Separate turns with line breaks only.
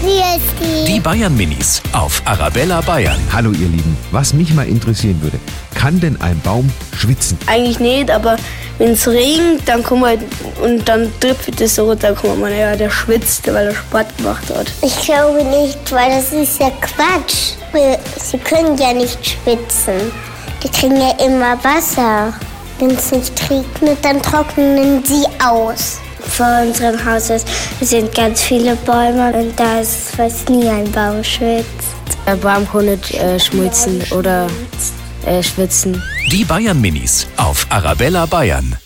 Christi.
Die Bayern Minis auf Arabella Bayern.
Hallo ihr Lieben, was mich mal interessieren würde, kann denn ein Baum schwitzen?
Eigentlich nicht, aber wenn es regnet, dann kommt halt und dann trifft es so runter, kommt man, ja, der schwitzt, weil er Sport gemacht hat.
Ich glaube nicht, weil das ist ja Quatsch. Wir- Sie können ja nicht schwitzen. Die kriegen ja immer Wasser. Wenn es nicht regnet, dann trocknen sie aus. Vor unserem Haus sind ganz viele Bäume und da ist fast nie ein Baum schwitzt.
Der Baum kann nicht äh, schmutzen oder äh, schwitzen.
Die Bayern Minis auf Arabella Bayern.